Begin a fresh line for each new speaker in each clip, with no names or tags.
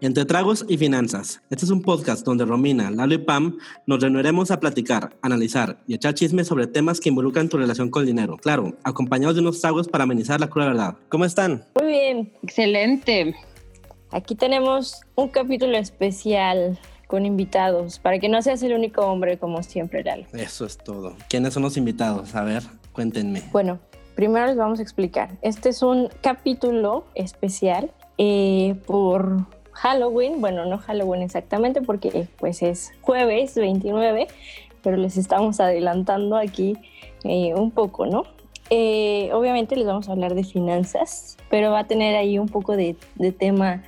Entre Tragos y Finanzas. Este es un podcast donde Romina, Lalo y Pam nos reuniremos a platicar, analizar y echar chismes sobre temas que involucran tu relación con el dinero. Claro, acompañados de unos tragos para amenizar la cruda verdad. ¿Cómo están?
Muy bien,
Excelente.
aquí tenemos un capítulo especial con invitados, para que no seas el único hombre como siempre, Lalo.
Eso es todo. ¿Quiénes son los invitados? A ver, cuéntenme.
Bueno, primero les vamos a explicar. Este es un capítulo especial eh, por Halloween. Bueno, no Halloween exactamente porque eh, pues es jueves 29, pero les estamos adelantando aquí eh, un poco, ¿no? Eh, obviamente les vamos a hablar de finanzas, pero va a tener ahí un poco de, de tema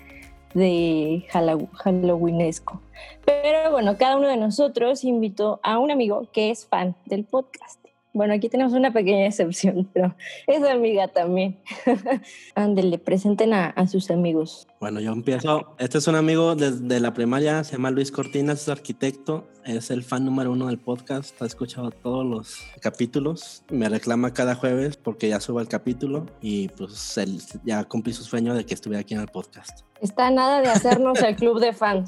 de Hallow- Halloweenesco. Pero bueno, cada uno de nosotros invitó a un amigo que es fan del podcast. Bueno, aquí tenemos una pequeña excepción, pero es amiga también. Ándele, presenten a, a sus amigos.
Bueno, yo empiezo. Este es un amigo desde la primaria, se llama Luis Cortinas, es arquitecto, es el fan número uno del podcast, ha escuchado todos los capítulos, me reclama cada jueves porque ya subo el capítulo y pues él ya cumplí su sueño de que estuviera aquí en el podcast.
Está nada de hacernos el club de fans.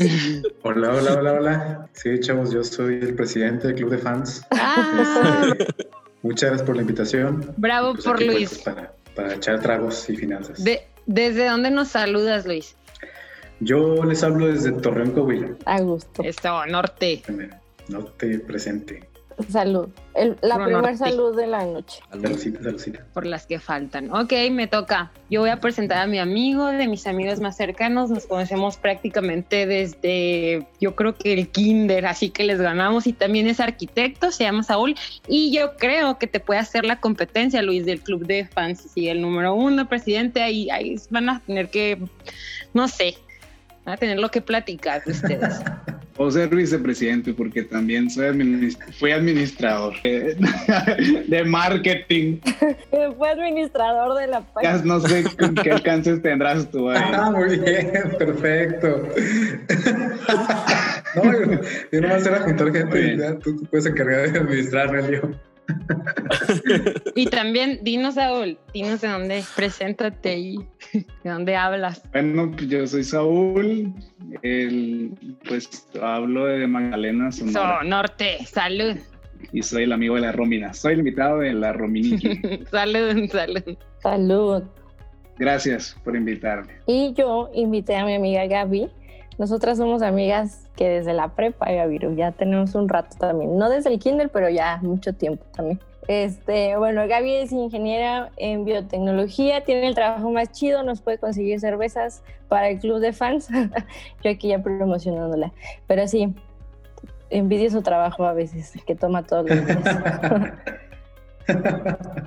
Hola, hola, hola, hola. Sí, chavos, yo soy el presidente del Club de Fans.
Ah,
Este, muchas gracias por la invitación.
bravo
Pues
por
aquí, pues,
Luis.
Para, para echar tragos y finanzas.
De- ¿Desde dónde nos saludas, Luis?
Yo les hablo desde Torreón, Coahuila.
A gusto.
Esto, norte.
Primero, No te presente.
Salud. El- la
Puro
primera
norte.
salud de la noche.
Salucita, salucita.
por las que faltan. Ok, me toca. Yo voy a presentar a mi amigo, de mis amigos más cercanos. Nos conocemos prácticamente desde, yo creo que el kinder, así que les ganamos. Y también es arquitecto, se llama Saúl. Y yo creo que te puede hacer la competencia, Luis, del club de fans. Sí, el número uno, presidente, ahí, ahí van a tener que, no sé, van a tener lo que platicar de ustedes.
O ser vicepresidente, porque también soy administ- fui administrador eh, de marketing.
Eh, Fue administrador de la
Ya
página.
no sé con qué alcances tendrás tú ahí.
Ah, muy bien, perfecto. no, yo, yo nomás era juntar
Muy
gente y
bien.
ya tú te puedes encargar de administrar el lío.
y también, dinos, Saúl, dinos de dónde, preséntate y de dónde hablas.
Bueno, pues yo soy Saúl, el- pues hablo de Magdalena Sonora
So, norte, salud.
y soy el amigo de la Romina. Soy el invitado de la Rominiki.
salud, salud.
Salud.
Gracias por invitarme.
Y yo invité a mi amiga Gaby. Nosotras somos amigas que desde la prepa, Gaby, ya tenemos un rato también. No desde el kinder, pero ya mucho tiempo también. Este, bueno, Gaby es ingeniera en biotecnología, tiene el trabajo más chido, nos puede conseguir cervezas para el club de fans. yo aquí ya promocionándola. Pero sí, envidio su trabajo a veces, que toma todos los días.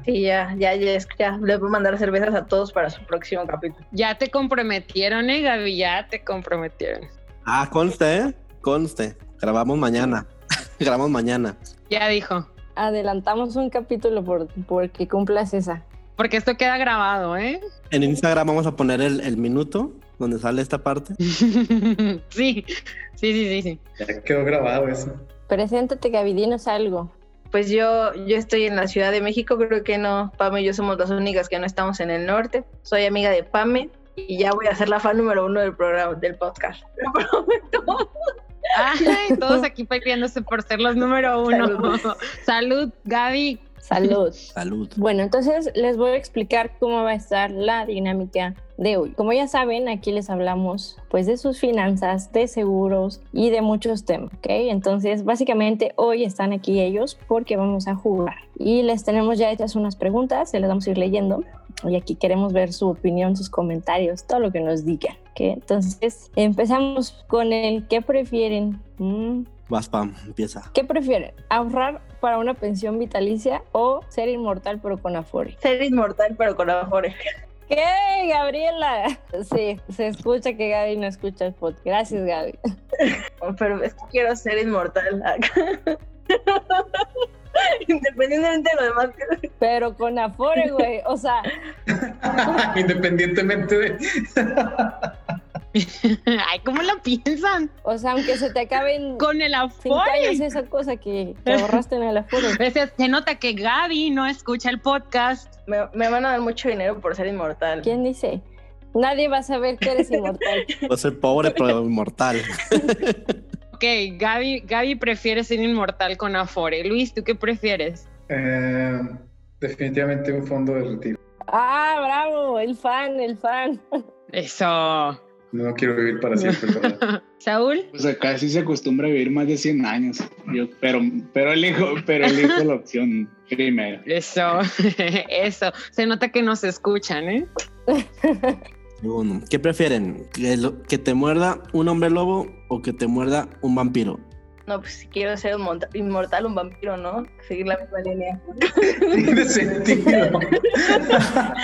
Sí, ya, ya, ya, es- ya. Le voy a mandar cervezas a todos para su próximo capítulo.
Ya te comprometieron, eh, Gaby, ya te comprometieron.
Ah, conste, ¿eh? conste. Grabamos mañana. Grabamos mañana.
Ya dijo.
Adelantamos un capítulo por, porque cumplas esa.
Porque esto queda grabado, ¿eh?
En Instagram vamos a poner el, el minuto donde sale esta parte.
sí, sí, sí, sí, sí.
Ya quedó grabado eso.
Preséntate, Gaby, dinos algo.
Pues yo, yo estoy en la Ciudad de México, creo que no. Pame y yo somos las únicas que no estamos en el norte. Soy amiga de Pame y ya voy a ser la fan número uno del programa, del podcast. Lo prometo.
Ay, todos aquí peleándose por ser los número uno. Salud,
Salud.
Gaby.
Salud.
Salud.
Bueno, entonces les voy a explicar cómo va a estar la dinámica de hoy. Como ya saben, aquí les hablamos pues de sus finanzas, de seguros y de muchos temas, ¿ok? Entonces, básicamente hoy están aquí ellos porque vamos a jugar y les tenemos ya hechas unas preguntas, se las vamos a ir leyendo y aquí queremos ver su opinión, sus comentarios, todo lo que nos digan, ¿ok? Entonces, empezamos con el ¿qué prefieren? Mm,
Vas, Pam, empieza.
¿Qué prefieren? ¿Ahorrar para una pensión vitalicia o ser inmortal pero con afore?
Ser inmortal, pero con Afore.
¿Qué, Gabriela? Sí, se escucha que Gaby no escucha el podcast. Gracias, Gaby.
Pero es que quiero ser inmortal. Independientemente de lo demás.
Pero con Afore, güey. O sea,
Independientemente de.
Ay, ¿cómo lo piensan?
o sea, aunque se te acaben
Con el
cinco años
afore.
esa cosa que, que ahorraste en el Afore.
Ese- Se nota que Gaby no escucha el podcast.
Me, me van a dar mucho dinero por ser inmortal.
¿Quién dice? Nadie va a saber que eres inmortal.
Voy a ser pobre pero inmortal.
Ok, Gaby, Gaby prefiere ser inmortal con Afore. Luis, ¿tú qué prefieres?
Eh, definitivamente un fondo de retiro.
Ah, bravo, el fan, el fan.
Eso.
No quiero vivir para siempre. la verdad.
Saúl,
Pues acá sí se acostumbra a vivir más de 100 años. Yo, pero, pero elijo, pero elijo la opción primera.
eso, eso. Se nota que nos escuchan, ¿eh?
Segundo, ¿qué prefieren? ¿Que, lo- que te muerda un hombre lobo o que te muerda un vampiro?
No, pues si quiero ser un monta- inmortal, un vampiro, ¿no? Seguir la misma línea.
Tiene sentido.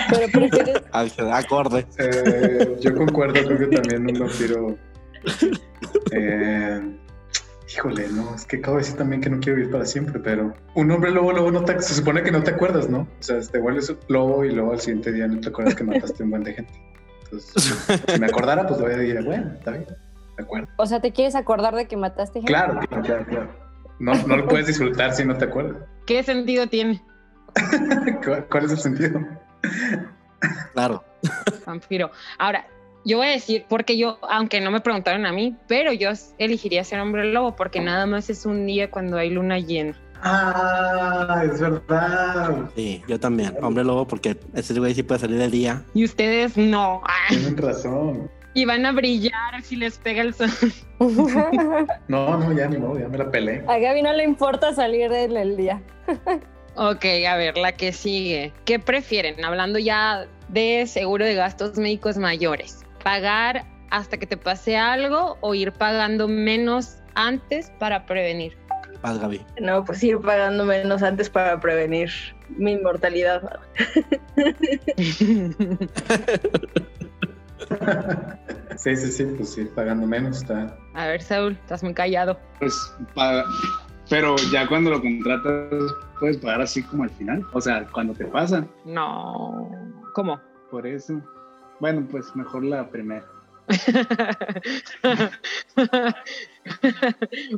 Pero prefieres,
Al- Acorde.
Eh, yo concuerdo, creo que también un vampiro. Eh, híjole, no, es que acabo de decir también que no quiero vivir para siempre, pero un hombre lobo, luego no te, se supone que no te acuerdas, ¿no? O sea, te vuelves un lobo y luego al siguiente día no te acuerdas que mataste un buen de gente. Entonces, si me acordara, pues voy a decir, bueno, está bien, de acuerdo.
o sea, te quieres acordar de que mataste gente.
Claro, claro, claro, claro. No, no lo puedes disfrutar si no te acuerdas.
¿Qué sentido tiene?
¿Cuál- ¿Cuál es el sentido?
Claro.
Vampiro. Ahora, yo voy a decir, porque yo, aunque no me preguntaron a mí, pero yo elegiría ser hombre lobo, porque nada más es un día cuando hay luna llena.
Ah, es verdad.
Sí, yo también. Hombre lobo, porque ese güey sí puede salir de día.
Y ustedes no. Ah,
Tienen razón.
Y van a brillar si les pega el sol.
No, no, ya ni modo, ya me la pelé.
A Gaby no le importa salir del el día.
Ok, a ver, la que sigue. ¿Qué prefieren? Hablando ya de seguro de gastos médicos mayores. ¿Pagar hasta que te pase algo o ir pagando menos antes para prevenir?
Paz, Gaby.
No, pues ir pagando menos antes para prevenir mi inmortalidad.
Sí, sí, sí, pues sí, pagando menos está.
a ver, Saúl, estás muy callado.
Pues pa- pero ya cuando lo contratas, puedes pagar así como al final. O sea, cuando te pasa.
No. ¿Cómo?
Por eso. Bueno, pues mejor la primera.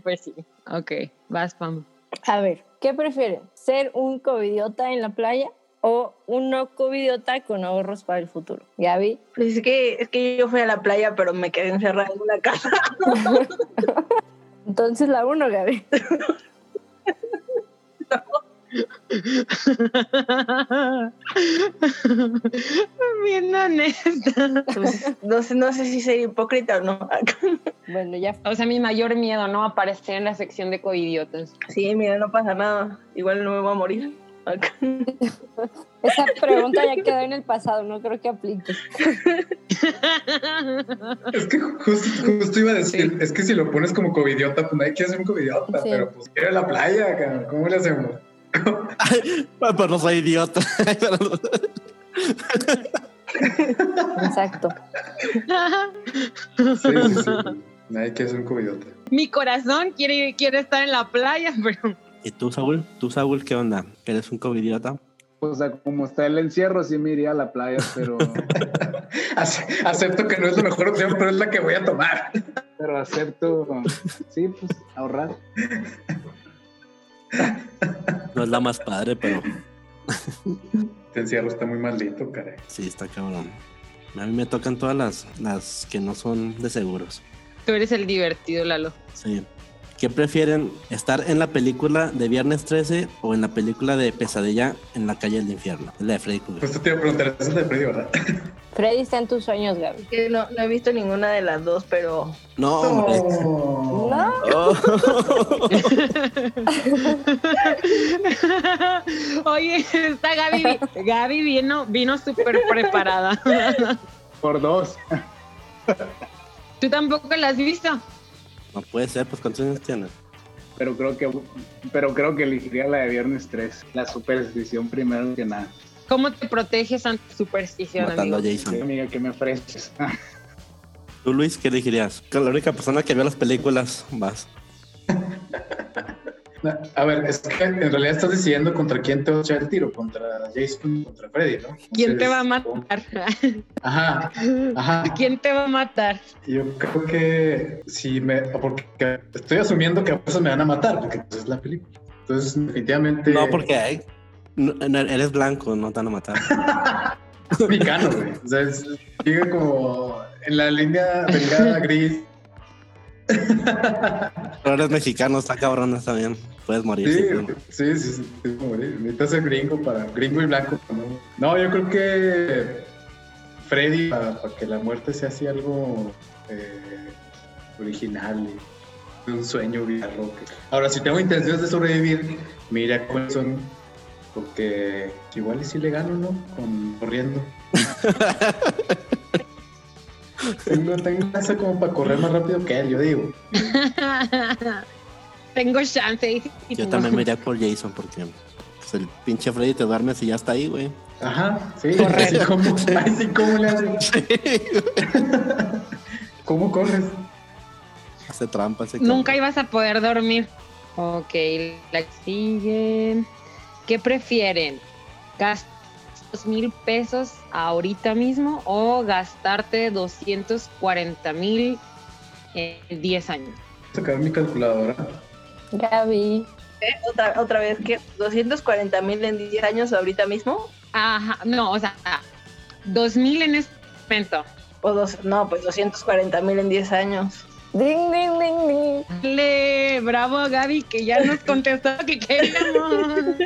pues sí. Ok, vas, Pam.
A ver, ¿qué prefieren? ¿Ser un covidiota en la playa o un no covidiota con ahorros para el futuro? Gaby,
Pues es que, es que yo fui a la playa, pero me quedé encerrada en una casa.
entonces la uno, Gaby.
Bien honesta.
Pues, no, sé, no sé si ser hipócrita o no.
Bueno, ya
O sea, mi mayor miedo, ¿no? Aparecer en la sección de coidiotas.
Sí, mira, no pasa nada. Igual no me voy a morir.
Esa pregunta ya quedó en el pasado, no creo que aplique.
Es que justo, justo iba a decir,
Sí.
es que si lo pones como covidiota, pues nadie quiere ser un covidiota,
Sí.
pero pues quiero ir a la playa, cabrón, ¿cómo le hacemos?
Ah, Pero no soy idiota.
Exacto.
Sí, sí, sí. Nadie quiere ser un covidiota.
mi corazón quiere, quiere estar en la playa, pero
¿Y tú, Saúl? ¿Tú, Saúl, qué onda? ¿Que eres un covidiota?
O sea, como está el encierro, sí me iría a la playa, pero,
Ace- Acepto que no es la mejor opción, pero es la que voy a tomar.
pero acepto, sí, pues ahorrar.
No es la más padre, pero
Este encierro está muy maldito, caray.
sí, está cabrón. A mí me tocan todas las, las que no son de seguros.
tú eres el divertido, Lalo.
Sí. ¿Qué prefieren? ¿Estar en la película de Viernes 13 o en la película de Pesadilla en la calle del infierno? Es la de Freddy Krueger.
Justo Pues te iba a preguntar, eso es de Freddy, ¿verdad?
Freddy está en tus sueños, Gaby.
Que no, no he visto ninguna de las dos, pero
No, hombre.
No,
Oh.
Oye, está Gaby. vi- Gaby vino, vino súper preparada.
Por dos.
¿Tú tampoco la has visto?
No puede ser, pues ¿cuántos años tiene?
Pero creo que, pero creo que elegiría la de viernes 3, la superstición primero que nada.
¿Cómo te proteges ante superstición,
Matando a
amigo?
Sí,
Jason.
amiga, ¿qué me ofreces? Ah,
¿Tú, Luis, qué elegirías? Que la única persona que vio las películas, vas.
No, A ver, es que en realidad estás decidiendo contra quién te va a echar el tiro, contra Jason, contra Freddy, ¿no?
¿Quién te
Entonces,
va a matar?
Ajá, ajá.
¿Quién te va a matar?
Yo creo que si me. Porque estoy asumiendo que a veces me van a matar, porque pues, es la película. Entonces, definitivamente.
No, porque ay, no, no, eres blanco, no te van a matar.
mexicano, güey. O sea, es- llega como en la línea delgada gris.
Pero eres mexicano, está cabrón, está bien. Puedes morir.
Sí,
sin culpa.
sí, sí, sí, es como, eh, necesitas ser gringo para gringo y blanco. ¿no? No, yo creo que Freddy, para, para que la muerte sea así algo eh, original, eh, de un sueño bizarro. que- Ahora, si tengo intenciones de sobrevivir, mira cuáles son, porque igual y si le gano, ¿no? Con, corriendo. tengo, tengo chance como para correr más rápido que él, yo digo.
Tengo chance.
Yo también me iría por Jason porque pues, el pinche Freddy te duermes y ya está ahí, güey.
Ajá, sí, así como, así como le hace. ¿Cómo corres?
Hace trampa, hace
Nunca
cabrón.
ibas a poder dormir. Ok, la que sigue. ¿Qué prefieren? ¿Gastar dos mil pesos ahorita mismo o gastarte 240 mil en 10 años?
Sacar mi calculadora.
Gaby.
Otra, otra vez, que 240 mil en 10 años ahorita mismo.
Ajá, no, o sea, 2000 en este momento.
O dos, no, pues 240 mil en 10 años.
Ding, ding, ding, ding.
Dale, bravo Gaby, que ya nos contestó que queríamos.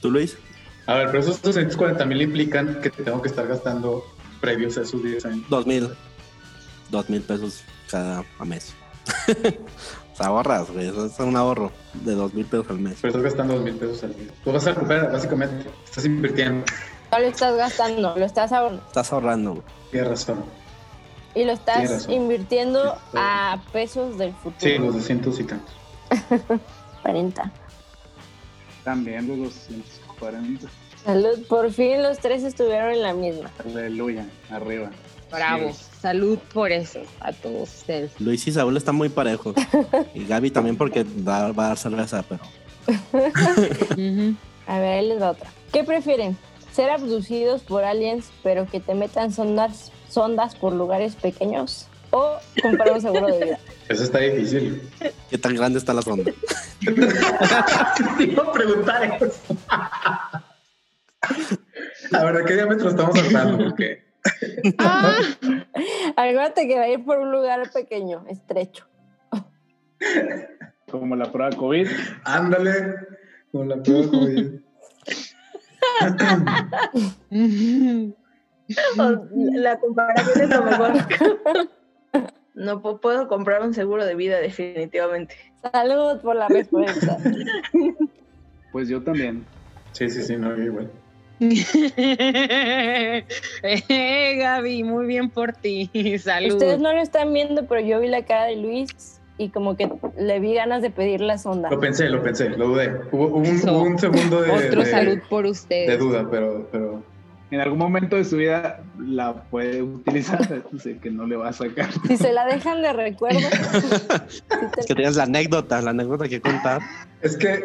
¿Tú, Luis?
A ver, pero esos 240 mil implican que tengo que estar gastando previos a esos 10 años.
Dos mil. Dos mil pesos cada mes. O sea, ahorras, güey. Eso es un ahorro de dos mil pesos al mes.
Pero estás gastando 2 mil pesos al día. Lo vas a recuperar, básicamente. Estás invirtiendo.
No lo estás gastando, lo estás ahorrando.
Estás ahorrando, güey.
Tienes razón.
Y lo
Tienes
estás
razón.
invirtiendo
Sí.
a pesos del
Sí,
futuro.
los 200 y tantos.
40.
También los 240.
Salud, por fin los tres estuvieron en la misma.
Aleluya, arriba.
Bravo,
Sí.
salud por eso a todos ustedes.
Luis y Saúl están muy parejos. Y Gaby también porque da- va a dar cerveza, pero
Ujú.
A ver, ahí les va otra. ¿Qué prefieren? ¿Ser abducidos por aliens pero que te metan sondas, sondas por lugares pequeños? ¿O comprar un seguro de vida?
Eso está difícil.
¿qué tan grande está la sonda?
Te iba a preguntar eso. La verdad, ¿qué diámetro estamos hablando? Porque
Ah,
Acuérdate que va a ir por un lugar pequeño, estrecho.
Como la prueba COVID.
ándale con la prueba COVID.
ujú.
O- la comparación es lo mejor. No po- puedo comprar un seguro de vida definitivamente.
Salud por la respuesta.
Pues yo también.
Sí, sí, sí, no, yo igual.
eh, Gaby, muy bien por ti. Salud.
Ustedes no lo están viendo, pero yo vi la cara de Luis y como que le vi ganas de pedir la sonda.
Lo pensé, lo pensé, lo dudé. Hubo, hubo un,
Eso.
hubo un segundo de,
Otro
de-
salud por
de
ustedes.
duda, pero, pero
En algún momento de su vida la puede utilizar. Sé que no le va a sacar.
Si se la dejan de recuerdo. sí
Es que
te-
tienes la anécdota, la anécdota que contar.
es que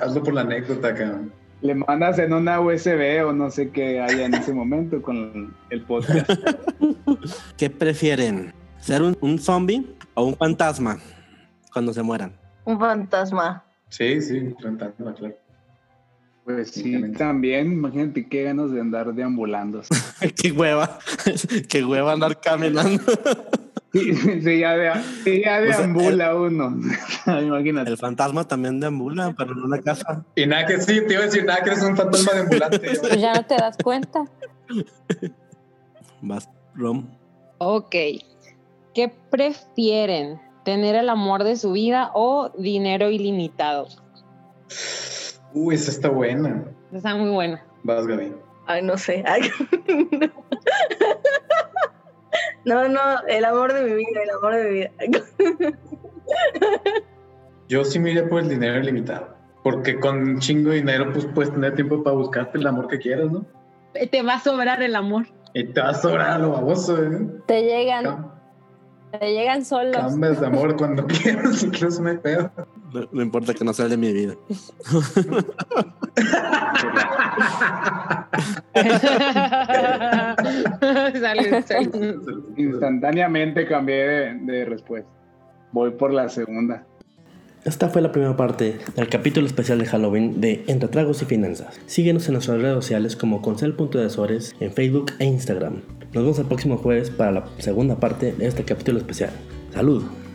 hazlo por la anécdota, cabrón.
Le mandas en una USB o no sé qué haya en ese momento con el podcast.
¿Qué prefieren? ¿Ser un, un zombie o un fantasma cuando se mueran?
Un fantasma.
Sí, sí, fantasma, claro.
Pues sí, también. Imagínate qué ganas de andar deambulando.
¡Qué hueva! ¡Qué hueva andar caminando!
Sí, sí, ya, de- sí,
O
ya
sea,
deambula uno. Imagínate.
El fantasma también deambula, pero en una casa.
Y nada que sí, te iba a decir, nada que eres un fantasma de ambulante.
Pues ya no te das cuenta.
Vas, Rom.
Ok. ¿Qué prefieren? ¿Tener el amor de su vida o dinero ilimitado?
Uy, esa está buena.
Está muy bueno.
Vas, Gaby.
Ay, no sé. Ay, No, no, el amor de mi vida, el amor de mi vida.
Yo sí me iría por el dinero ilimitado. Porque con un chingo de dinero, pues puedes tener tiempo para buscarte el amor que quieras, ¿no?
Eh, Te va a sobrar el amor.
Y te vas a sobrar lo baboso, ¿eh?
Te llegan,
Cam-
te llegan solos.
Cambias de amor cuando quieras, incluso no hay pedo.
No, no importa que no sea el de mi vida.
salud, salud.
Instantáneamente cambié de, de respuesta. Voy por la segunda.
Esta fue la primera parte del capítulo especial de Halloween de Entre Tragos y Finanzas. Síguenos en nuestras redes sociales como Concel.desores en Facebook e Instagram. Nos vemos el próximo jueves para la segunda parte de este capítulo especial. ¡Salud!